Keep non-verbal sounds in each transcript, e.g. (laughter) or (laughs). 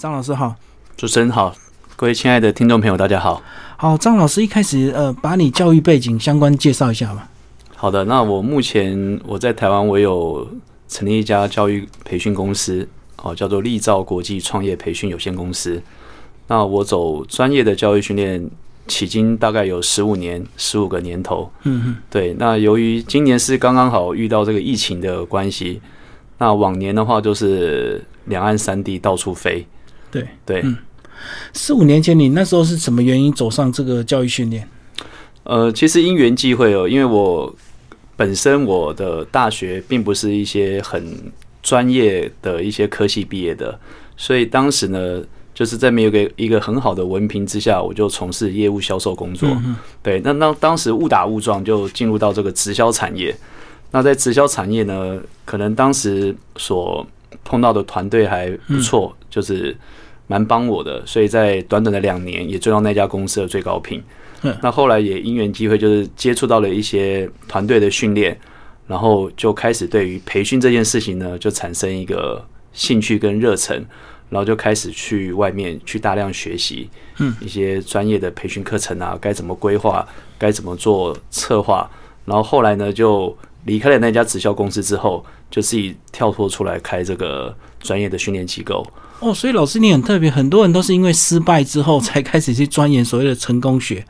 张老师好，主持人好，各位亲爱的听众朋友，大家好。好，张老师一开始呃，把你教育背景相关介绍一下吧。好的，那我目前我在台湾，我有成立一家教育培训公司，哦，叫做立兆国际创业培训有限公司。那我走专业的教育训练，迄今大概有十五年，十五个年头。嗯嗯，对，那由于今年是刚刚好遇到这个疫情的关系，那往年的话就是两岸三地到处飞。对对，四五年前你那时候是什么原因走上这个教育训练？呃，其实因缘际会哦，因为我本身我的大学并不是一些很专业的一些科系毕业的，所以当时呢，就是在没有给一个很好的文凭之下，我就从事业务销售工作。对，那当当时误打误撞就进入到这个直销产业。那在直销产业呢，可能当时所碰到的团队还不错，就是蛮帮我的，所以在短短的两年也追到那家公司的最高品。那后来也因缘机会，就是接触到了一些团队的训练，然后就开始对于培训这件事情呢，就产生一个兴趣跟热忱，然后就开始去外面去大量学习，嗯，一些专业的培训课程啊，该怎么规划，该怎么做策划，然后后来呢，就离开了那家直销公司之后，就自己跳脱出来开这个专业的训练机构。哦，所以老师你很特别，很多人都是因为失败之后才开始去钻研所谓的成功学，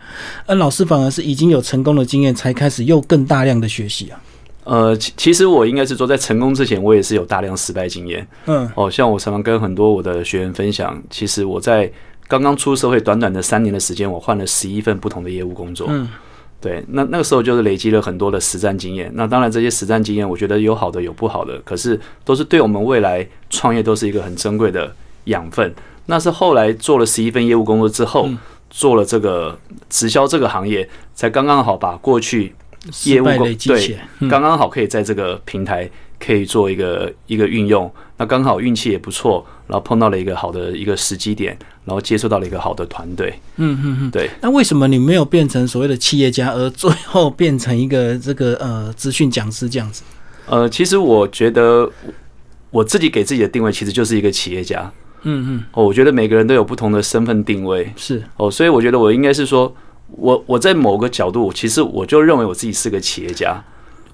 而老师反而是已经有成功的经验，才开始又更大量的学习啊。呃，其其实我应该是说，在成功之前，我也是有大量失败经验。嗯哦，像我常常跟很多我的学员分享，其实我在刚刚出社会短短的三年的时间，我换了十一份不同的业务工作。嗯，对，那那个时候就是累积了很多的实战经验。那当然，这些实战经验，我觉得有好的，有不好的，可是都是对我们未来创业都是一个很珍贵的养分。那是后来做了十一份业务工作之后，做了这个直销这个行业，才刚刚好把过去失业务败工累积对起来。嗯刚刚好可以在这个平台可以做一个一个运用，那刚好运气也不错，然后碰到了一个好的一个时机点，然后接触到了一个好的团队，嗯嗯嗯，对。那为什么你没有变成所谓的企业家，而最后变成一个这个呃资讯讲师这样子？呃，其实我觉得我自己给自己的定位其实就是一个企业家嗯嗯，哦，我觉得每个人都有不同的身份定位是哦，所以我觉得我应该是说。我我在某个角度，其实我就认为我自己是个企业家，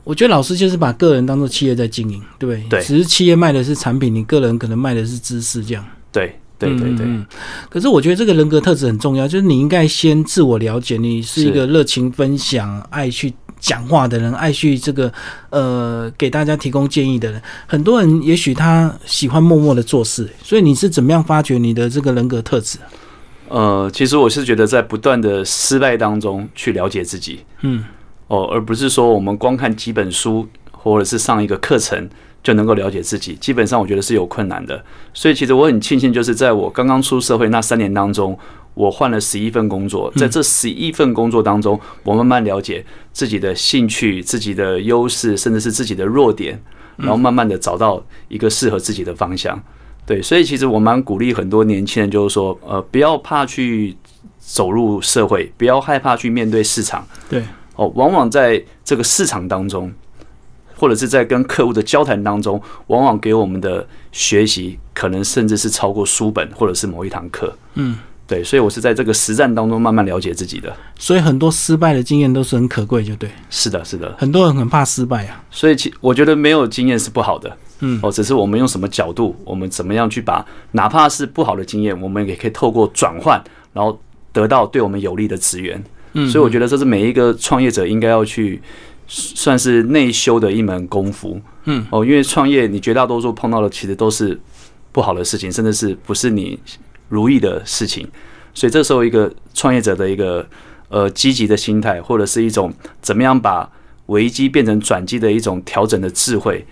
我觉得老师就是把个人当做企业在经营，对不对？对只是企业卖的是产品，你个人可能卖的是知识，这样。对对对对，嗯嗯可是我觉得这个人格特质很重要，就是你应该先自我了解，你是一个热情分享、爱去讲话的人，爱去这个呃给大家提供建议的人。很多人也许他喜欢默默的做事，所以你是怎么样发掘你的这个人格特质？呃，其实我是觉得在不断的失败当中去了解自己，嗯，哦，而不是说我们光看几本书或者是上一个课程就能够了解自己，基本上我觉得是有困难的。所以其实我很庆幸，就是在我刚刚出社会那三年当中，我换了十一份工作，在这十一份工作当中，我慢慢了解自己的兴趣、自己的优势，甚至是自己的弱点，然后慢慢的找到一个适合自己的方向。对，所以其实我蛮鼓励很多年轻人，就是说，呃，不要怕去走入社会，不要害怕去面对市场。对，哦，往往在这个市场当中，或者是在跟客户的交谈当中，往往给我们的学习可能甚至是超过书本或者是某一堂课。嗯，对，所以我是在这个实战当中慢慢了解自己的。所以很多失败的经验都是很可贵，就对。是的，是的。很多人很怕失败啊。所以其我觉得没有经验是不好的。嗯，哦，只是我们用什么角度，我们怎么样去把哪怕是不好的经验，我们也可以透过转换，然后得到对我们有利的资源。嗯所以我觉得这是每一个创业者应该要去算是内修的一门功夫。嗯，哦，因为创业你绝大多数碰到的其实都是不好的事情，甚至是不是你如意的事情。所以这时候一个创业者的一个呃积极的心态，或者是一种怎么样把危机变成转机的一种调整的智慧，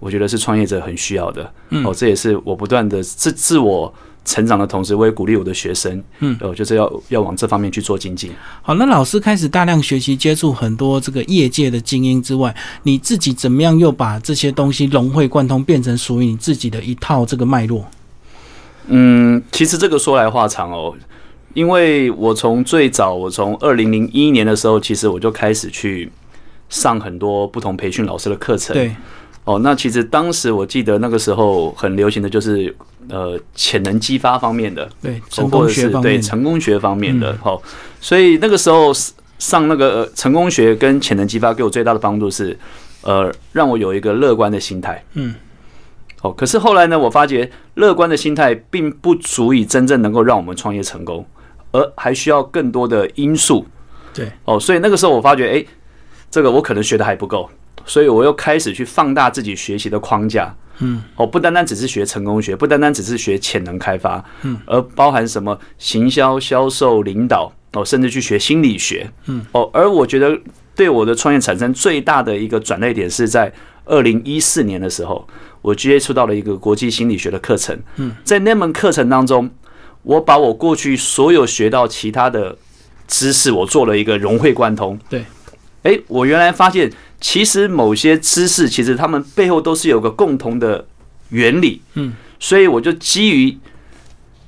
我觉得是创业者很需要的。嗯哦，这也是我不断的自自我成长的同时，我也鼓励我的学生，嗯，呃，就是要要往这方面去做精进。好，那老师开始大量学习，接触很多这个业界的精英之外，你自己怎么样又把这些东西融会贯通，变成属于你自己的一套这个脉络？嗯，其实这个说来话长哦，因为我从最早，我从二零零一年的时候，其实我就开始去上很多不同培训老师的课程，对，哦，那其实当时我记得那个时候很流行的就是呃潜能激发方面的，对成功学方或者是对面的，嗯成功学方面的，好、所以那个时候上那个、呃、成功学跟潜能激发给我最大的帮助是，呃，让我有一个乐观的心态。嗯，哦，可是后来呢，我发觉乐观的心态并不足以真正能够让我们创业成功，而还需要更多的因素。对，哦，所以那个时候我发觉，哎、这个我可能学的还不够，所以我又开始去放大自己学习的框架。嗯，哦，不单单只是学成功学，不单单只是学潜能开发，嗯，而包含什么行销、销售、领导，哦，甚至去学心理学，嗯，哦，而我觉得对我的创业产生最大的一个转捩点是在二零一四年的时候，我接触到了一个国际心理学的课程，嗯，在那门课程当中，我把我过去所有学到其他的知识，我做了一个融会贯通，对，诶，我原来发现，其实某些知识，其实他们背后都是有个共同的原理。嗯，所以我就基于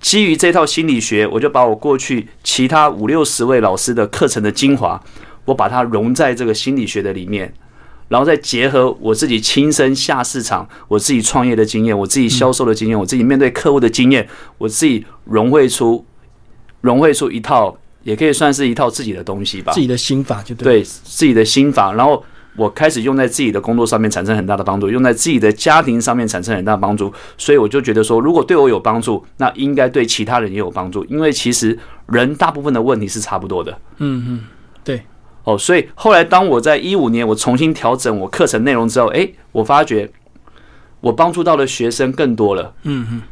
基于这套心理学，我就把我过去其他五六十位老师的课程的精华，我把它融在这个心理学的里面，然后再结合我自己亲身下市场、我自己创业的经验、我自己销售的经验、我自己面对客户的经验，我自己融汇出融汇出一套，也可以算是一套自己的东西吧。自己的心法就对了，对自己的心法，然后我开始用在自己的工作上面产生很大的帮助，用在自己的家庭上面产生很大的帮助，所以我就觉得说，如果对我有帮助，那应该对其他人也有帮助，因为其实人大部分的问题是差不多的。嗯嗯，哦，所以后来当我在一五年我重新调整我课程内容之后，诶，我发觉我帮助到的学生更多了，嗯嗯，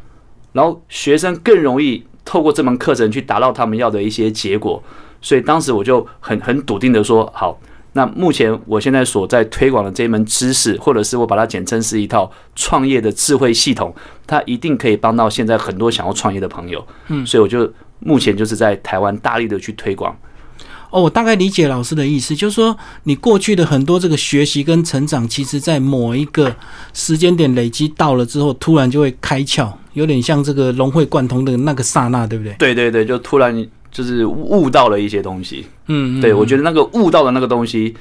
然后学生更容易透过这门课程去达到他们要的一些结果，所以当时我就很很笃定的说，好，那目前我现在所在推广的这一门知识，或者是我把它简称是一套创业的智慧系统，它一定可以帮到现在很多想要创业的朋友，嗯，所以我就目前就是在台湾大力的去推广，哦，我大概理解老师的意思，就是说你过去的很多这个学习跟成长，其实在某一个时间点累积到了之后，突然就会开窍，有点像这个融会贯通的那个刹那，对不对？对对对，就突然就是悟悟到了一些东西，嗯，嗯对，我嗯觉得那个悟到的那个东西，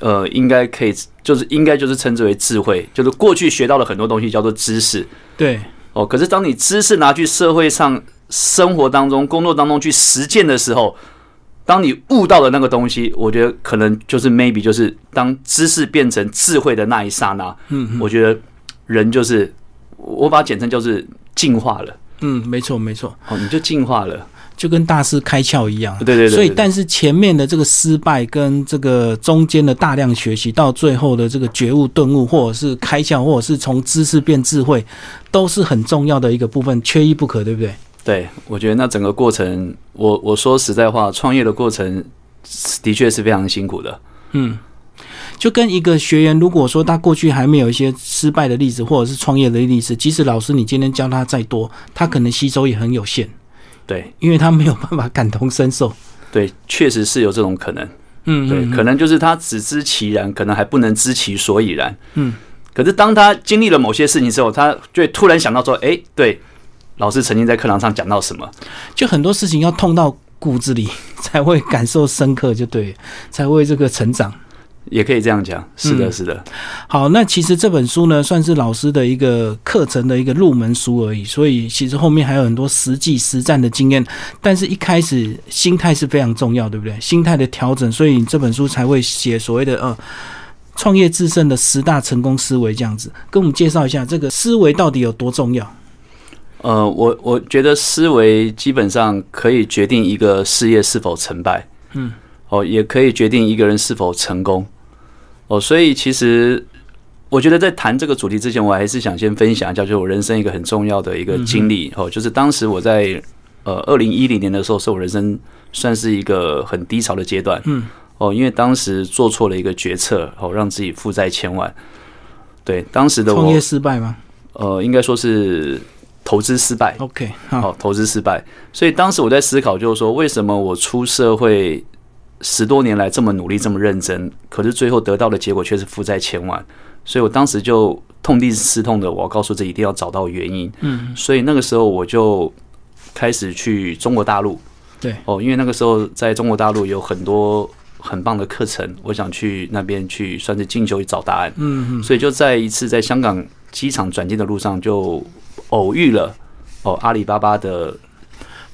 呃，应该可以，就是应该就是称之为智慧，就是过去学到的很多东西叫做知识对，哦。可是当你知识拿去社会上、生活当中、工作当中去实践的时候，当你悟到的那个东西，我觉得可能就是 maybe 就是当知识变成智慧的那一刹那，嗯嗯我觉得人就是我把它简称就是进化了，嗯，没错没错，哦，你就进化了，就跟大师开窍一样。对对对对所以，对但是前面的这个失败跟这个中间的大量学习，到最后的这个觉悟、顿悟，或者是开窍，或者是从知识变智慧，都是很重要的一个部分，缺一不可，对不对？对，我觉得那整个过程，我我说实在话，创业的过程是的确是非常辛苦的。嗯，就跟一个学员，如果说他过去还没有一些失败的例子，或者是创业的例子，即使老师你今天教他再多，他可能吸收也很有限，对因为他没有办法感同身受。对，确实是有这种可能。嗯，对，嗯可能就是他只知其然，可能还不能知其所以然。嗯，可是当他经历了某些事情之后，他就会突然想到说：“哎，对，老师曾经在课堂上讲到什么就很多事情要痛到骨子里才会感受深刻，就对了，才会这个成长。？”也可以这样讲。是的，嗯是的，好，那其实这本书呢，算是老师的一个课程的一个入门书而已，所以其实后面还有很多实际实战的经验。但是一开始心态是非常重要，对不对？心态的调整，所以这本书才会写所谓的呃。创业制胜的十大成功思维，这样子跟我们介绍一下这个思维到底有多重要。呃，我我觉得思维基本上可以决定一个事业是否成败。嗯，哦，也可以决定一个人是否成功。哦，所以其实我觉得在谈这个主题之前，我还是想先分享一下，就是我人生一个很重要的一个经嗯历。哦，就是当时我在呃二零一零年的时候，是我人生算是一个很低潮的阶段。嗯，哦，因为当时做错了一个决策，哦，让自己负债千万。对，当时的创我业，失败吗呃，应该说是投资失败。 ？OK，好，好，投资失败。所以当时我在思考，就是说，为什么我出社会十多年来这么努力、这么认真，可是最后得到的结果却是负债千万？所以我当时就痛定思痛的，我要告诉自己一定要找到原因。嗯，所以那个时候我就开始去中国大陆。对哦，因为那个时候在中国大陆有很多很棒的课程，我想去那边去算是进修找答案。嗯嗯所以就在一次在香港机场转机的路上，就偶遇了哦阿里巴巴的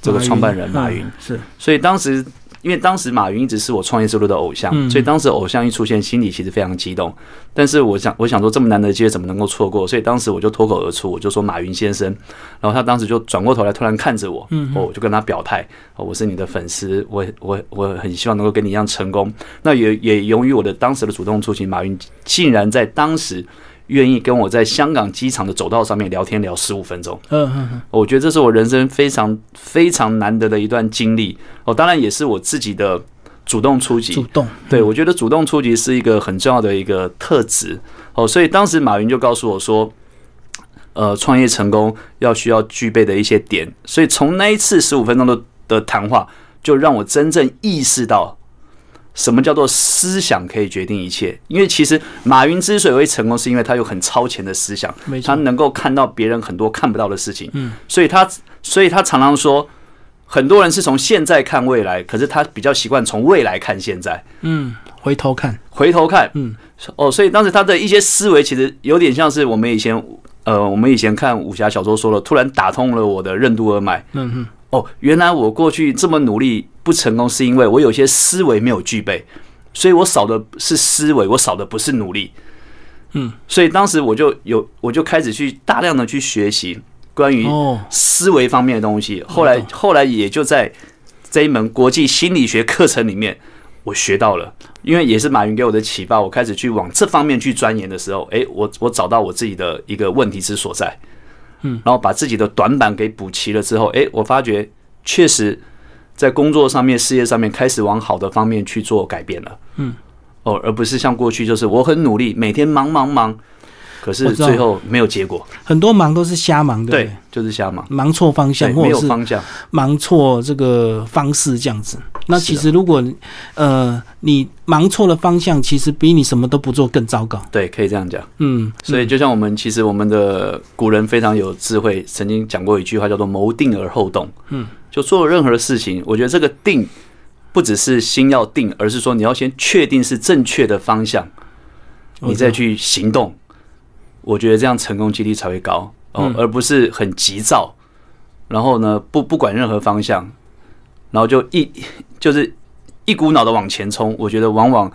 这个马云创办人马云嗯。是所以当时，因为当时马云一直是我创业之路的偶像，嗯所以当时偶像一出现，心里其实非常激动。但是我想，我 (laughs) 想说这么难得的机会怎么能够错过？所以当时我就脱口而出，我就说马云先生。然后他当时就转过头来，突然看着我，嗯哦，我就跟他表态，哦我是你的粉丝，我我我很希望能够跟你一样成功。那也也由于我的当时的主动出击，马云竟然在当时。愿意跟我在香港机场的走道上面聊天聊十五分钟，嗯嗯嗯我觉得这是我人生非常非常难得的一段经历哦，当然也是我自己的主动出主击。动对，我觉得主动出击是一个很重要的一个特质哦，所以当时马云就告诉我说，呃，创业成功要需要具备的一些点，所以从那一次十五分钟的的谈话，就让我真正意识到。什么叫做思想可以决定一切？因为其实马云之所以会成功，是因为他有很超前的思想，没他错，能够看到别人很多看不到的事情，嗯，所以他所以他常常说，很多人是从现在看未来，可是他比较习惯从未来看现在，嗯，回头看，回头看，嗯，哦，所以当时他的一些思维其实有点像是我们以前呃，我们以前看武侠小说说了，突然打通了我的任督二脉，嗯嗯，哦，原来我过去这么努力不成功，是因为我有些思维没有具备，所以我少的是思维，我少的不是努力。嗯，所以当时我就有，我就开始去大量的去学习关于哦，思维方面的东西。后来嗯懂，后来也就在这一门国际心理学课程里面，我学到了。因为也是马云给我的启发，我开始去往这方面去钻研的时候，诶，我我找到我自己的一个问题之所在，嗯，然后把自己的短板给补齐了之后，诶，我发觉确实在工作上面、事业上面开始往好的方面去做改变了，嗯，哦，而不是像过去就是我很努力，每天忙忙忙，可我是知道最后没有结果，很多忙都是瞎忙，对对不对？，就是瞎忙，忙错方对，向，或没者有是方向，忙错这个方式这样子。那是啊其的实如果呃你忙错了方向，其实比你什么都不做更糟糕。对，可以这样讲。嗯，所以嗯就像我们其实我们的古人非常有智慧，曾经讲过一句话叫做“谋定而后动”。嗯，就做任何的事情，我觉得这个定不只是心要定，而是说你要先确定是正确的方向，你再去行动。我觉得这样成功几率才会高哦，嗯而不是很急躁，然后呢不不管任何方向，然后就一就是一股脑的往前冲。我觉得往往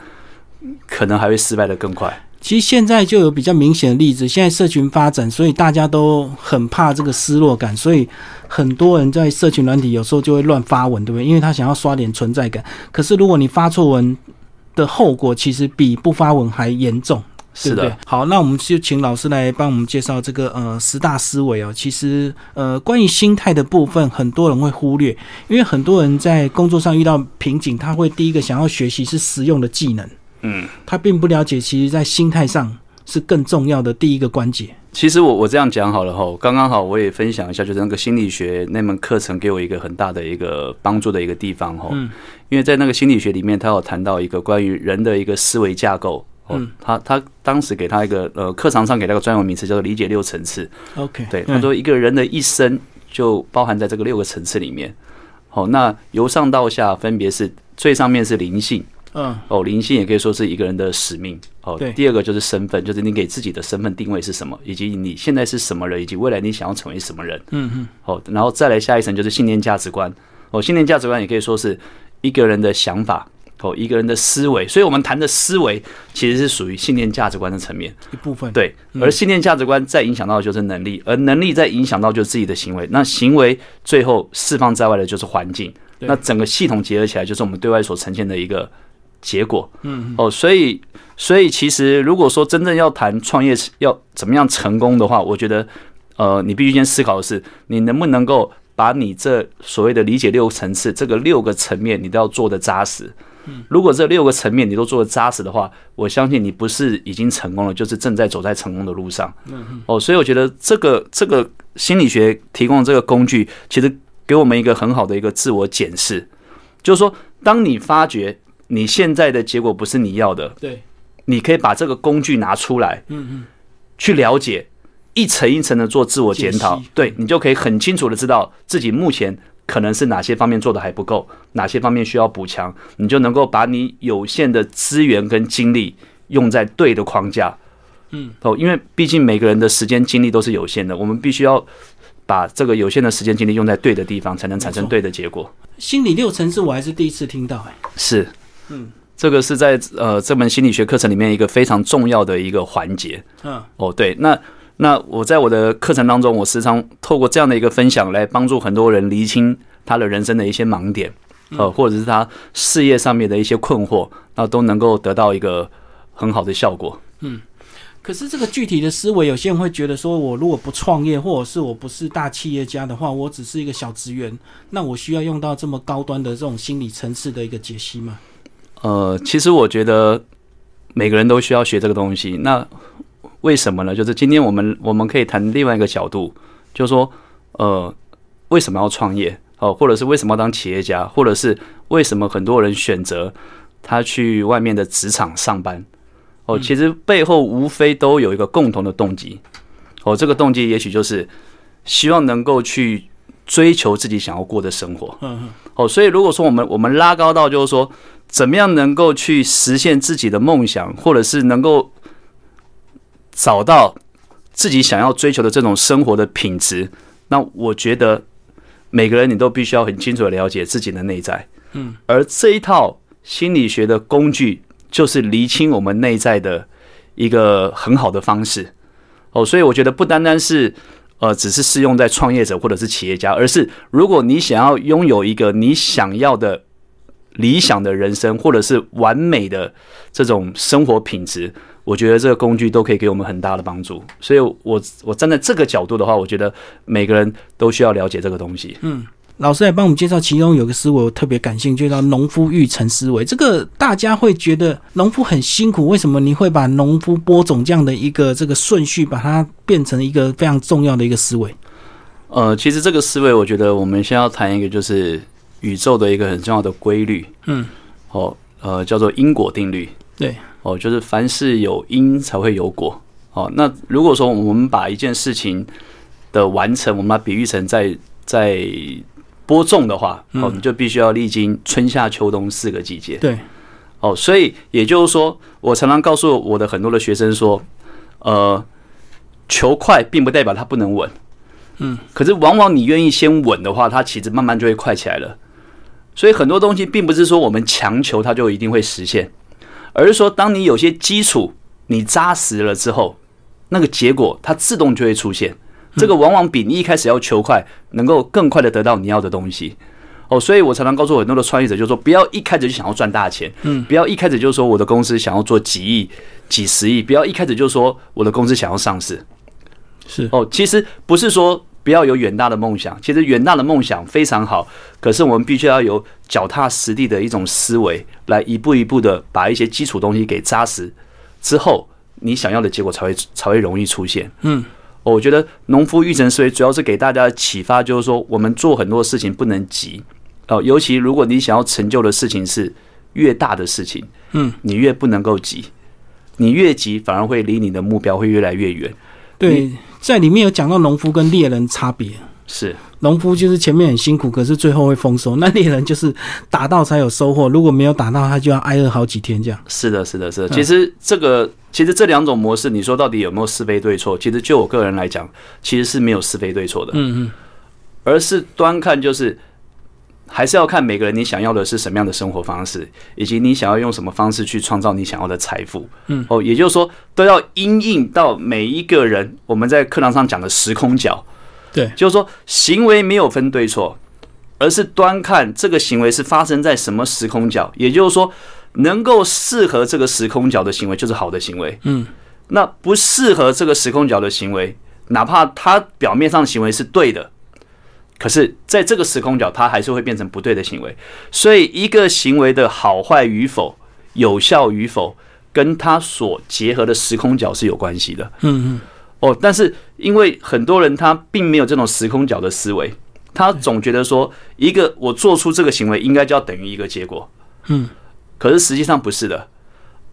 可能还会失败的更快。其实现在就有比较明显的例子，现在社群发展，所以大家都很怕这个失落感，所以很多人在社群软体有时候就会乱发文，对不对？因为他想要刷点存在感。可是如果你发错文的后果，其实比不发文还严重。对是不的，对？好，那我们就请老师来帮我们介绍这个呃十大思维哦。其实呃，关于心态的部分，很多人会忽略，因为很多人在工作上遇到瓶颈，他会第一个想要学习是实用的技能，嗯。他并不了解其实在心态上是更重要的第一个关节。其实我我这样讲好了哈，刚刚好我也分享一下，就是那个心理学那门课程给我一个很大的一个帮助的一个地方哈，嗯因为在那个心理学里面，他有谈到一个关于人的一个思维架构。哦嗯，他他当时给他一个呃课堂上给他个专有名词叫做理解六层次， ，OK，嗯对，他说一个人的一生就包含在这个六个层次里面。好，那由上到下分别是最上面是灵性，嗯哦，灵性也可以说是一个人的使命。哦对，第二个就是身份，就是你给自己的身份定位是什么，以及你现在是什么人，以及未来你想要成为什么人。嗯嗯哦，然后再来下一层就是信念价值观。哦，信念价值观也可以说是一个人的想法。哦，一个人的思维，所以我们谈的思维其实是属于信念价值观的层面。一部分，嗯对，而信念价值观再影响到的就是能力，而能力再影响到就是自己的行为。那行为最后释放在外的就是环境。对那整个系统结合起来，就是我们对外所呈现的一个结果。嗯哦，所以所以其实如果说真正要谈创业要怎么样成功的话，我觉得呃，你必须先思考的是，你能不能够把你这所谓的理解六层次这个六个层面，你都要做的扎实。嗯如果这六个层面你都做的扎实的话，我相信你不是已经成功了，就是正在走在成功的路上。哦，所以我觉得这个这个心理学提供的这个工具，其实给我们一个很好的一个自我检视，就是说，当你发觉你现在的结果不是你要的，对，你可以把这个工具拿出来嗯嗯，去了解，一层一层的做自我检讨解析，对你就可以很清楚的知道自己目前。可能是哪些方面做的还不够，哪些方面需要补强，你就能够把你有限的资源跟精力用在对的框架。嗯，哦，因为毕竟每个人的时间精力都是有限的，我们必须要把这个有限的时间精力用在对的地方，才能产生没错对的结果。心理六层次我还是第一次听到、哎，是，嗯这个是在呃这门心理学课程里面一个非常重要的一个环节。嗯，哦，对，那那我在我的课程当中，我时常透过这样的一个分享来帮助很多人厘清他的人生的一些盲点，呃，或者是他事业上面的一些困惑，那都能够得到一个很好的效果。可是这个具体的思维，有些人会觉得说，我如果不创业，或者是我不是大企业家的话，我只是一个小职员，那我需要用到这么高端的这种心理层次的一个解析吗？呃，其实我觉得每个人都需要学这个东西。那为什么呢？就是今天我们我们可以谈另外一个角度，就是说，呃，为什么要创业？哦、或者是为什么要当企业家？或者是为什么很多人选择他去外面的职场上班？哦，其实背后无非都有一个共同的动机。哦，这个动机也许就是希望能够去追求自己想要过的生活。嗯哦，所以如果说我们我们拉高到就是说，怎么样能够去实现自己的梦想，或者是能够找到自己想要追求的这种生活的品质，那我觉得每个人你都必须要很清楚的了解自己的内在。嗯，而这一套心理学的工具，就是厘清我们内在的一个很好的方式。哦，所以我觉得不单单是呃，只是适用在创业者或者是企业家，而是如果你想要拥有一个你想要的理想的人生，或者是完美的这种生活品质，我觉得这个工具都可以给我们很大的帮助。所以我，我站在这个角度的话，我觉得每个人都需要了解这个东西。嗯，老师来帮我们介绍，其中有个思维我特别感兴趣，叫农夫育成思维。这个大家会觉得农夫很辛苦，为什么你会把农夫播种这样的一个这个顺序，把它变成一个非常重要的一个思维？呃，其实这个思维，我觉得我们先要谈一个，就是宇宙的一个很重要的规律。嗯，哦，呃，叫做因果定律。对，哦，就是凡事有因才会有果。哦，那如果说我们把一件事情的完成，我们把它比喻成在在播种的话，哦，你就必须要历经春夏秋冬四个季节。对，哦，所以也就是说，我常常告诉我的很多的学生说，呃，求快并不代表它不能稳，嗯，可是往往你愿意先稳的话，它其实慢慢就会快起来了。所以很多东西并不是说我们强求它就一定会实现，而是说当你有些基础你扎实了之后，那个结果它自动就会出现。这个往往比你一开始要求快，能够更快的得到你要的东西。哦，所以我常常告诉很多的创业者，就是说不要一开始就想要赚大钱，嗯，不要一开始就说我的公司想要做几亿、几十亿，不要一开始就说我的公司想要上市。是，哦，其实不是说不要有远大的梦想，其实远大的梦想非常好，可是我们必须要有脚踏实地的一种思维，来一步一步的把一些基础东西给扎实之后，你想要的结果才会才会容易出现。嗯。哦，我觉得农夫育成思维主要是给大家的启发，就是说我们做很多事情不能急哦，尤其如果你想要成就的事情是越大的事情，嗯，你越不能够急，你越急反而会离你的目标会越来越远。对，在里面有讲到农夫跟猎人差别。是，农夫就是前面很辛苦，可是最后会丰收；那猎人就是打到才有收获，如果没有打到，他就要挨饿好几天这样。是的，是的，是的。其实这个，其实这两种模式，你说到底有没有是非对错？其实就我个人来讲，其实是没有是非对错的，嗯嗯，而是端看就是，还是要看每个人你想要的是什么样的生活方式，以及你想要用什么方式去创造你想要的财富。嗯，哦，也就是说，都要因应到每一个人，我们在课堂上讲的时空角，对，就是说行为没有分对错，而是端看这个行为是发生在什么时空角，也就是说，能够适合这个时空角的行为就是好的行为，嗯，那不适合这个时空角的行为，哪怕它表面上行为是对的。可是，在这个时空角，它还是会变成不对的行为。所以，一个行为的好坏与否、有效与否，跟它所结合的时空角是有关系的。嗯嗯，哦，但是因为很多人他并没有这种时空角的思维，他总觉得说一个我做出这个行为应该就要等于一个结果，嗯，可是实际上不是的。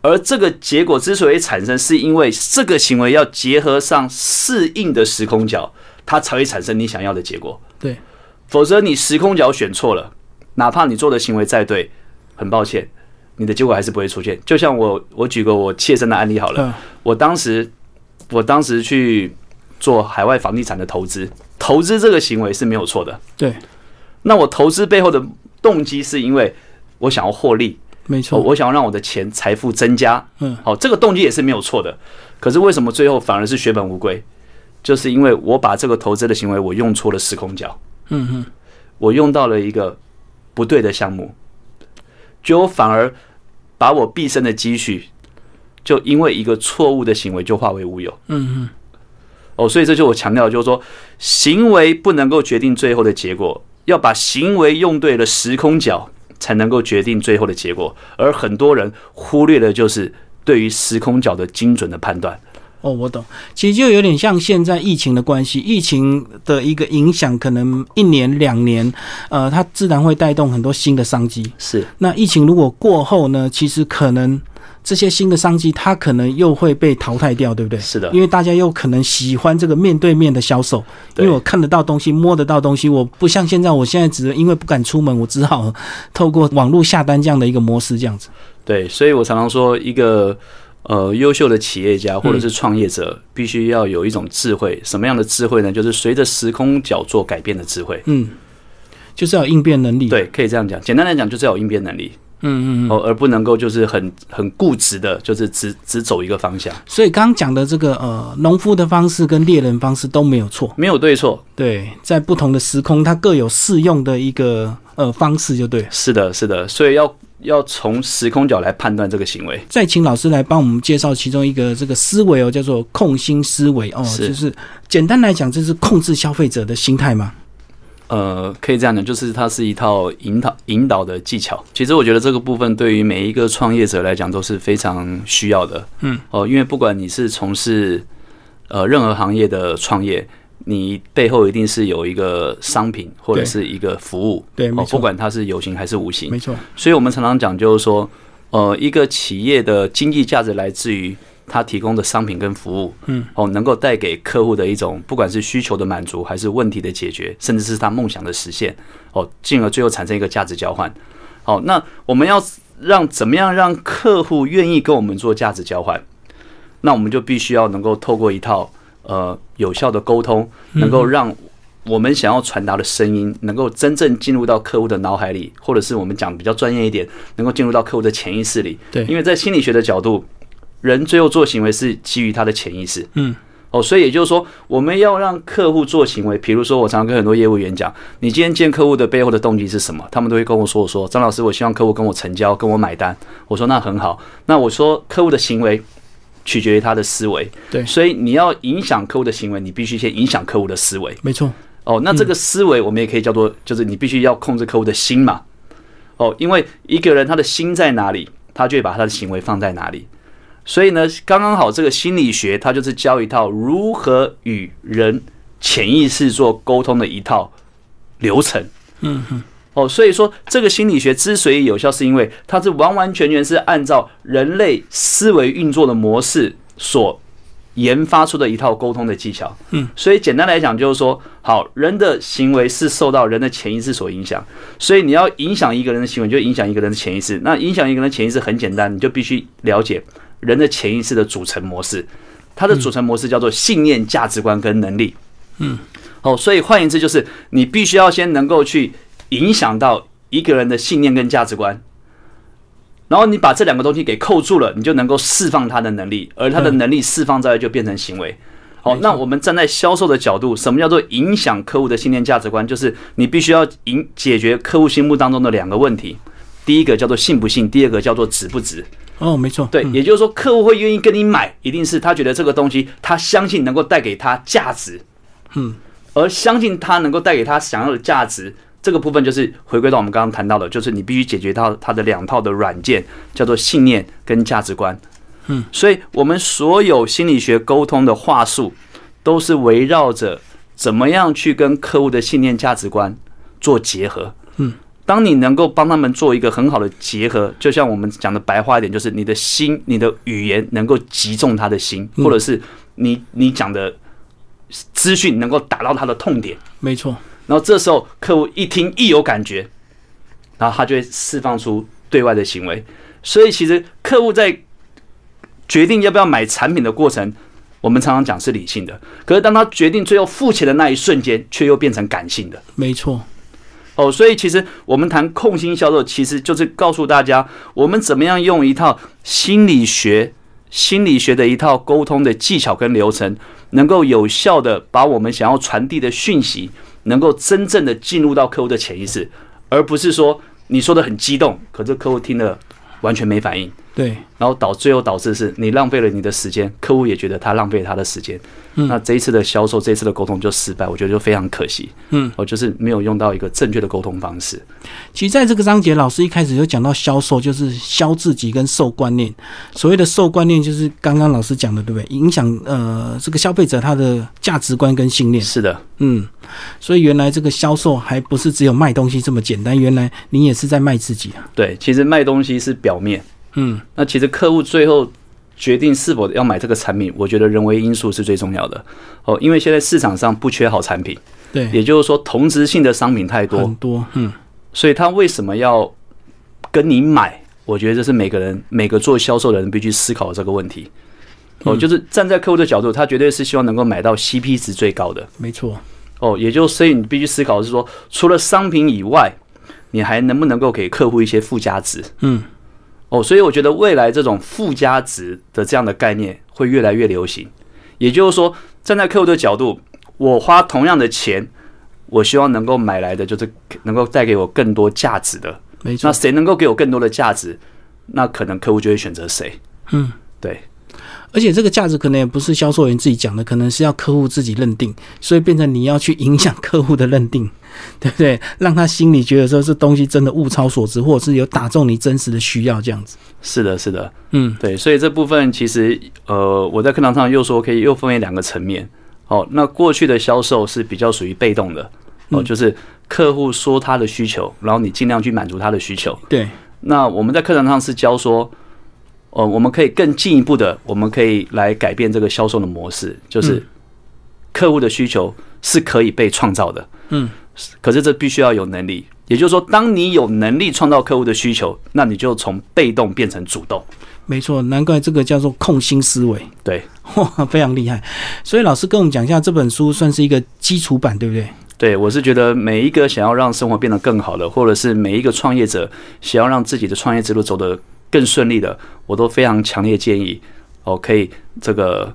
而这个结果之所以产生，是因为这个行为要结合上适应的时空角，它才会产生你想要的结果。对，否则你时空角选错了，哪怕你做的行为再对，很抱歉，你的结果还是不会出现。就像我，我举个我切身的案例好了，嗯我当时我当时去做海外房地产的投资，投资这个行为是没有错的。对，那我投资背后的动机是因为我想要获利，没哦错，我想要让我的钱财富增加，嗯，好，这个动机也是没有错的。可是为什么最后反而是血本无归？就是因为我把这个投资的行为，我用错了时空角，嗯嗯，我用到了一个不对的项目，结果反而把我毕生的积蓄，就因为一个错误的行为就化为乌有。嗯嗯，哦，所以这就我强调的，就是说行为不能够决定最后的结果，要把行为用对了时空角，才能够决定最后的结果。而很多人忽略的就是对于时空角的精准的判断。哦，我懂。其实就有点像现在疫情的关系，疫情的一个影响，可能一年两年，呃，它自然会带动很多新的商机。是那疫情如果过后呢，其实可能这些新的商机，它可能又会被淘汰掉，对不对？是的，因为大家又可能喜欢这个面对面的销售，因对为我看得到东西，摸得到东西，我不像现在，我现在只是因为不敢出门，我只好透过网络下单这样的一个模式，这样子。对，所以我常常说，一个呃优秀的企业家或者是创业者，必须要有一种智慧。什么样的智慧呢？就是随着时空角做改变的智慧。嗯，就是要有应变能力。，对，可以这样讲。简单来讲，就是要有应变能力。嗯嗯嗯嗯。哦，而不能够就是很很固执的，就是只只走一个方向，所以刚刚讲的这个呃，农夫的方式跟猎人方式都没有错。没有对错。对，在不同的时空，它各有适用的一个呃方式，就对了。是的，是的，所以要要从时空角来判断这个行为。再请老师来帮我们介绍其中一个这个思维哦，叫做控心思维哦，是就是简单来讲，这是控制消费者的心态嘛。呃，可以这样讲，就是它是一套引导引导的技巧。其实我觉得这个部分对于每一个创业者来讲都是非常需要的。嗯，哦，因为不管你是从事呃任何行业的创业，你背后一定是有一个商品或者对是一个服务，对，没哦，不错，管它是有形还是无形，没错，所以我们常常讲就是说，呃，一个企业的经济价值来自于它提供的商品跟服务，嗯，哦，能够带给客户的一种不管是需求的满足，还是问题的解决，甚至是他梦想的实现，哦，进而最后产生一个价值交换。好、那我们要让怎么样让客户愿意跟我们做价值交换？那我们就必须要能够透过一套呃有效的沟通，能够让我们想要传达的声音能够真正进入到客户的脑海里，或者是我们讲比较专业一点，能够进入到客户的潜意识里。对因为在心理学的角度，人最后做行为是基于他的潜意识。嗯，哦，所以也就是说，我们要让客户做行为，比如说，我常常跟很多业务员讲，你今天见客户的背后的动机是什么？他们都会跟我说，我说张老师，我希望客户跟我成交，跟我买单。我说那很好，那我说客户的行为取决于他的思维，对所以你要影响客户的行为，你必须先影响客户的思维。没错，哦，那这个思维我们也可以叫做，就是你必须要控制客户的心嘛。哦，因为一个人他的心在哪里，他就会把他的行为放在哪里。所以呢，刚刚好这个心理学，它就是教一套如何与人潜意识做沟通的一套流程。嗯嗯，哦，所以说这个心理学之所以有效，是因为它是完完全全是按照人类思维运作的模式所研发出的一套沟通的技巧。嗯，所以简单来讲就是说，好，人的行为是受到人的潜意识所影响，所以你要影响一个人的行为，就影响一个人的潜意识。那影响一个人的潜意识很简单，你就必须了解人的潜意识的组成模式。它的组成模式叫做信念、价值观跟能力。嗯，哦，所以换言之就是，你必须要先能够去影响到一个人的信念跟价值观。然后你把这两个东西给扣住了，你就能够释放他的能力，而他的能力释放出来就变成行为。好、没错那我们站在销售的角度，什么叫做影响客户的信念价值观？就是你必须要影解决客户心目当中的两个问题，第一个叫做信不信，第二个叫做值不值。哦，没错，对，嗯也就是说，客户会愿意跟你买，一定是他觉得这个东西他相信能够带给他价值，嗯，而相信他能够带给他想要的价值，这个部分就是回归到我们刚刚谈到的，就是你必须解决到他的两套的软件，叫做信念跟价值观。嗯，所以我们所有心理学沟通的话术，都是围绕着怎么样去跟客户的信念价值观做结合。嗯，当你能够帮他们做一个很好的结合，就像我们讲的白话一点，就是你的心、你的语言能够击中他的心，嗯或者是你你讲的资讯能够打到他的痛点。没错，然后这时候客户一听一有感觉，然后他就会释放出对外的行为。所以其实客户在决定要不要买产品的过程，我们常常讲是理性的，可是当他决定最后付钱的那一瞬间，却又变成感性的。没错，哦，所以其实我们谈控心销售，其实就是告诉大家，我们怎么样用一套心理学、心理学的一套沟通的技巧跟流程，能够有效的把我们想要传递的讯息，能够真正的进入到客户的潜意识，而不是说你说的很激动，可这客户听了完全没反应，对，然后导最后导致是你浪费了你的时间，客户也觉得他浪费了他的时间。嗯那这一次的销售，这一次的沟通就失败，我觉得就非常可惜。嗯，哦，就是没有用到一个正确的沟通方式。其实在这个章节，老师一开始就讲到销售，就是销自己跟售观念。所谓的售观念，就是刚刚老师讲的，对不对？影响呃这个消费者他的价值观跟信念。是的，嗯，所以原来这个销售还不是只有卖东西这么简单，原来你也是在卖自己啊。对，其实卖东西是表面，嗯，那其实客户最后决定是否要买这个产品，我觉得人为因素是最重要的。哦，因为现在市场上不缺好产品，对，也就是说同质性的商品太多很，多，嗯，所以他为什么要跟你买？我觉得这是每个人每个做销售的人必须思考的这个问题。哦，就是站在客户的角度，他绝对是希望能够买到 CP 值最高的。没错，哦，也就所以你必须思考的是说，除了商品以外，你还能不能够给客户一些附加值？嗯，哦，所以我觉得未来这种附加值的这样的概念会越来越流行。也就是说，站在客户的角度，我花同样的钱，我希望能够买来的就是能够带给我更多价值的。没错那。谁能够给我更多的价值，那可能客户就会选择谁。嗯，对，而且这个价值可能也不是销售员自己讲的，可能是要客户自己认定，所以变成你要去影响客户的认定， (laughs) 对不对？让他心里觉得说这东西真的物超所值，或者是有打中你真实的需要这样子。是的，是的。嗯，对，所以这部分其实呃，我在课堂上又说可以又分为两个层面。哦，那过去的销售是比较属于被动的，哦，嗯就是客户说他的需求，然后你尽量去满足他的需求。对，那我们在课堂上是教说，呃，我们可以更进一步的，我们可以来改变这个销售的模式，就是嗯客户的需求是可以被创造的。嗯，可是这必须要有能力，也就是说，当你有能力创造客户的需求，那你就从被动变成主动。没错，难怪这个叫做控心思维， (laughs) 对，哇，非常厉害。所以老师跟我们讲一下，这本书算是一个基础版，对不对？对，我是觉得每一个想要让生活变得更好的，或者是每一个创业者想要让自己的创业之路走得更顺利的，我都非常强烈建议哦，可以这个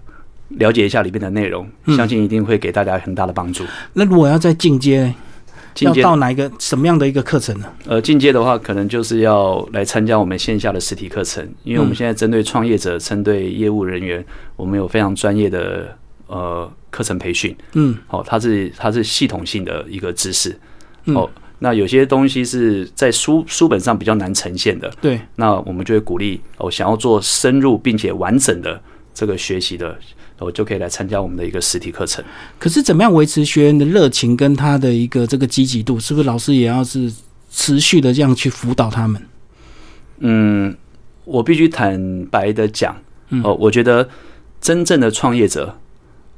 了解一下里面的内容，嗯相信一定会给大家很大的帮助。那如果要再进阶呢，进要阶到哪一个什么样的一个课程呢？呃，进阶的话，可能就是要来参加我们线下的实体课程，因为我们嗯现在针对创业者、针对业务人员，我们有非常专业的呃课程培训。嗯，哦，它是它是系统性的一个知识。嗯哦，那有些东西是在书书本上比较难呈现的，对，那我们就会鼓励哦，想要做深入并且完整的这个学习的，哦，就可以来参加我们的一个实体课程。可是怎么样维持学员的热情跟他的一个这个积极度？是不是老师也要是持续的这样去辅导他们？嗯，我必须坦白的讲嗯，哦，我觉得真正的创业者，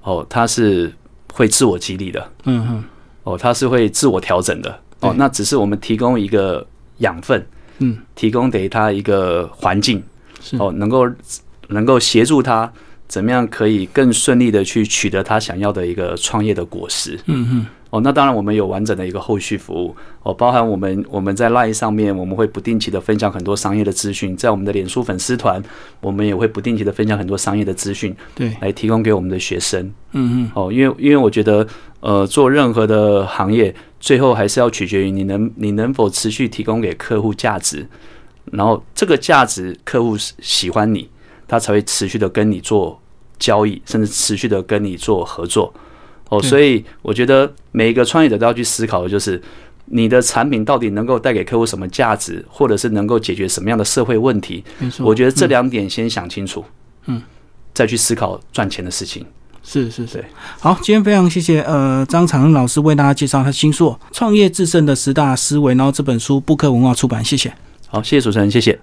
哦，他是会自我激励的。嗯嗯，哦，它是会自我调整的哦对。那只是我们提供一个养分，嗯，提供给他一个环境，是哦，能够能够协助他怎么样可以更顺利的去取得他想要的一个创业的果实。嗯嗯，哦，那当然我们有完整的一个后续服务哦，包含我们我们在 LINE 上面，我们会不定期的分享很多商业的资讯，在我们的脸书粉丝团，我们也会不定期的分享很多商业的资讯对，来提供给我们的学生。嗯嗯，哦，因为因为我觉得，呃，做任何的行业，最后还是要取决于你能你能否持续提供给客户价值，然后这个价值客户喜喜欢你，他才会持续的跟你做交易，甚至持续的跟你做合作。哦，对所以我觉得每一个创业者都要去思考的就是。你的产品到底能够带给客户什么价值，或者是能够解决什么样的社会问题？没错。我觉得这嗯两点先想清楚，嗯，再去思考赚钱的事情。是是是对。好，今天非常谢谢呃张长恩老师为大家介绍他新硕《创业制胜的十大思维》，然后这本书布克文化出版，谢谢。好，谢谢主持人，谢谢。